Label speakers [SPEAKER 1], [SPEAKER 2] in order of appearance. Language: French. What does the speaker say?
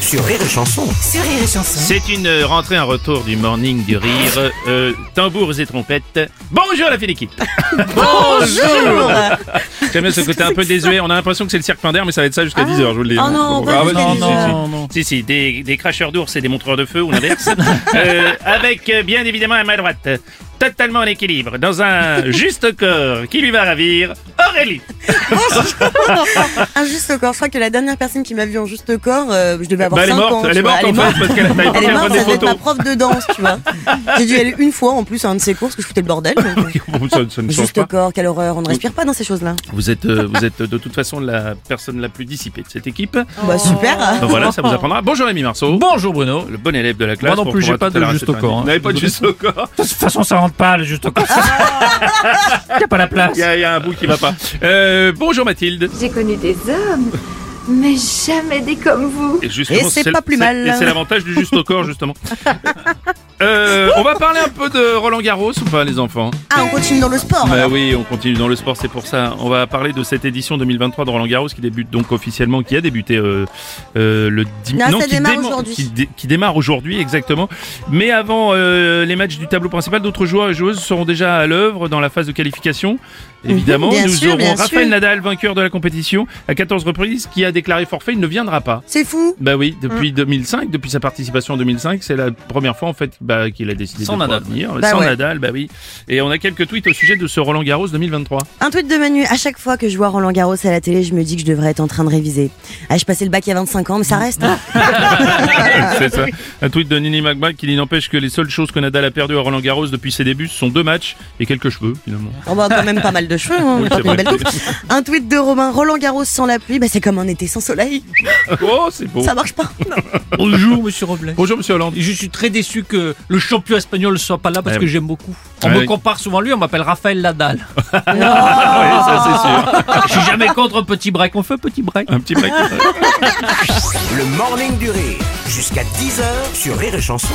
[SPEAKER 1] sur Rire et Chanson.
[SPEAKER 2] sur Rire et Chanson.
[SPEAKER 3] C'est une euh, rentrée, un retour du morning du rire, euh, tambours et trompettes. Bonjour la fine équipe
[SPEAKER 2] Bonjour
[SPEAKER 3] J'aime bien ce côté un peu désuet, on a l'impression que c'est le cirque Pinder, mais ça va être ça jusqu'à 10h, je vous le dis.
[SPEAKER 2] Oh non, pas
[SPEAKER 3] ouais,
[SPEAKER 2] jusqu'à
[SPEAKER 3] si,
[SPEAKER 2] 10
[SPEAKER 3] si,
[SPEAKER 2] heures.
[SPEAKER 3] si. Si, si, des, des cracheurs d'ours et des montreurs de feu, ou l'inverse. Euh, avec, euh, bien évidemment, à ma droite, euh, totalement en équilibre, dans un juste corps qui lui va ravir, Aurélie
[SPEAKER 2] Ah Un Ah, juste corps, je crois que la dernière personne qui m'a vu en juste corps, euh, je devais avoir
[SPEAKER 3] Bah, Elle est
[SPEAKER 2] 5 ans.
[SPEAKER 3] morte, elle
[SPEAKER 2] tu
[SPEAKER 3] est
[SPEAKER 2] vois,
[SPEAKER 3] morte en fait, parce qu'elle a pas
[SPEAKER 2] Elle est morte,
[SPEAKER 3] des
[SPEAKER 2] ça devait être
[SPEAKER 3] photos.
[SPEAKER 2] ma prof de danse, tu vois. J'ai dû y aller une fois en plus à un de ses cours parce que je foutais le bordel. donc, euh,
[SPEAKER 3] Bon, ça- ça ne change
[SPEAKER 2] Juste
[SPEAKER 3] pas.
[SPEAKER 2] corps, quelle horreur, on ne respire pas dans ces choses-là.
[SPEAKER 3] Vous êtes, euh, vous êtes euh, de toute façon la personne la plus dissipée de cette équipe.
[SPEAKER 2] Bah super hein.
[SPEAKER 3] Voilà, ça vous apprendra. Bonjour Rémi Marceau.
[SPEAKER 4] Bonjour Bruno.
[SPEAKER 3] Le bon élève de la classe.
[SPEAKER 4] non
[SPEAKER 3] pour
[SPEAKER 4] plus, j'ai
[SPEAKER 3] pouvoir
[SPEAKER 4] pas
[SPEAKER 3] tout à
[SPEAKER 4] de
[SPEAKER 3] l'heure
[SPEAKER 4] juste
[SPEAKER 3] acheter
[SPEAKER 4] au corps,
[SPEAKER 3] un-
[SPEAKER 4] hein.
[SPEAKER 3] Vous n'avez pas de juste au corps.
[SPEAKER 4] De toute façon, ça rentre pas, le juste corps. Il y a pas la place.
[SPEAKER 3] Il y, a- il y a un bout qui va pas. Euh, bonjour Mathilde.
[SPEAKER 5] J'ai connu des hommes, mais jamais des comme vous.
[SPEAKER 3] Et, justement,
[SPEAKER 2] Et c'est
[SPEAKER 3] le-
[SPEAKER 2] pas plus
[SPEAKER 3] c'est-
[SPEAKER 2] mal.
[SPEAKER 3] et C'est l'avantage du juste au corps, justement. Euh, on va parler un peu de Roland Garros ou pas, les enfants
[SPEAKER 2] Ah, on continue dans le sport.
[SPEAKER 3] Bah
[SPEAKER 2] alors.
[SPEAKER 3] oui, on continue dans le sport, c'est pour ça. On va parler de cette édition 2023 de Roland Garros qui débute donc officiellement, qui a débuté euh, euh, le dimanche.
[SPEAKER 2] Non, ça
[SPEAKER 3] qui,
[SPEAKER 2] démarre
[SPEAKER 3] déma-
[SPEAKER 2] aujourd'hui.
[SPEAKER 3] qui, dé- qui démarre aujourd'hui, exactement. Mais avant euh, les matchs du tableau principal, d'autres joueurs et joueuses seront déjà à l'œuvre dans la phase de qualification. Évidemment,
[SPEAKER 2] Mhm, bien
[SPEAKER 3] nous
[SPEAKER 2] sûr,
[SPEAKER 3] aurons
[SPEAKER 2] bien
[SPEAKER 3] Raphaël
[SPEAKER 2] sûr.
[SPEAKER 3] Nadal, vainqueur de la compétition, à 14 reprises, qui a déclaré forfait, il ne viendra pas.
[SPEAKER 2] C'est fou
[SPEAKER 3] Bah oui,
[SPEAKER 2] Mm.
[SPEAKER 3] depuis 2005, depuis sa participation en 2005, c'est la première fois en fait bah, qu'il a décidé
[SPEAKER 4] Sans
[SPEAKER 3] de pas
[SPEAKER 4] Nadal.
[SPEAKER 3] venir.
[SPEAKER 2] Bah
[SPEAKER 3] Sans
[SPEAKER 2] ouais.
[SPEAKER 3] Nadal, bah oui. Et on a quelques tweets au sujet de ce Roland Garros 2023.
[SPEAKER 2] Un tweet de Manu, à chaque fois que je vois Roland Garros à la télé, je me dis que je devrais être en train de réviser. Ah, je passais le bac il y a 25 ans, mais ça reste.
[SPEAKER 3] Ah.
[SPEAKER 2] hein. Ah,
[SPEAKER 3] c'est ça. Un tweet de Nini Magma qui dit n'empêche que les seules choses que Nadal a perdues à Roland Garros depuis ses débuts ce sont deux matchs et quelques cheveux finalement.
[SPEAKER 2] On va quand même pas mal de cheveux, hein, on
[SPEAKER 3] Oui,
[SPEAKER 2] a pas
[SPEAKER 3] c'est
[SPEAKER 2] fait une
[SPEAKER 3] vrai.
[SPEAKER 2] belle coupe. Un tweet de Romain, Roland Garros sans la pluie, bah c'est comme un été sans soleil,
[SPEAKER 3] Oh, c'est beau.
[SPEAKER 2] ça marche pas.
[SPEAKER 4] Bonjour Monsieur Robles.
[SPEAKER 3] Bonjour Monsieur Hollande.
[SPEAKER 4] Je suis très déçu que le champion espagnol ne soit pas là parce
[SPEAKER 3] Ouais.
[SPEAKER 4] que j'aime beaucoup. On
[SPEAKER 3] Ouais,
[SPEAKER 4] me
[SPEAKER 3] Eh oui.
[SPEAKER 4] compare souvent à lui, on m'appelle Raphaël Nadal.
[SPEAKER 2] Ah.
[SPEAKER 3] oui, ça c'est sûr.
[SPEAKER 4] Je suis jamais contre petit break. On fait un petit break.
[SPEAKER 3] Un petit break.
[SPEAKER 1] Le morning du rire jusqu'à 10h sur Rire et Chanson.